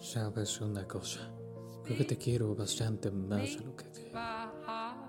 Sabes una cosa, creo que te quiero bastante más de lo que te...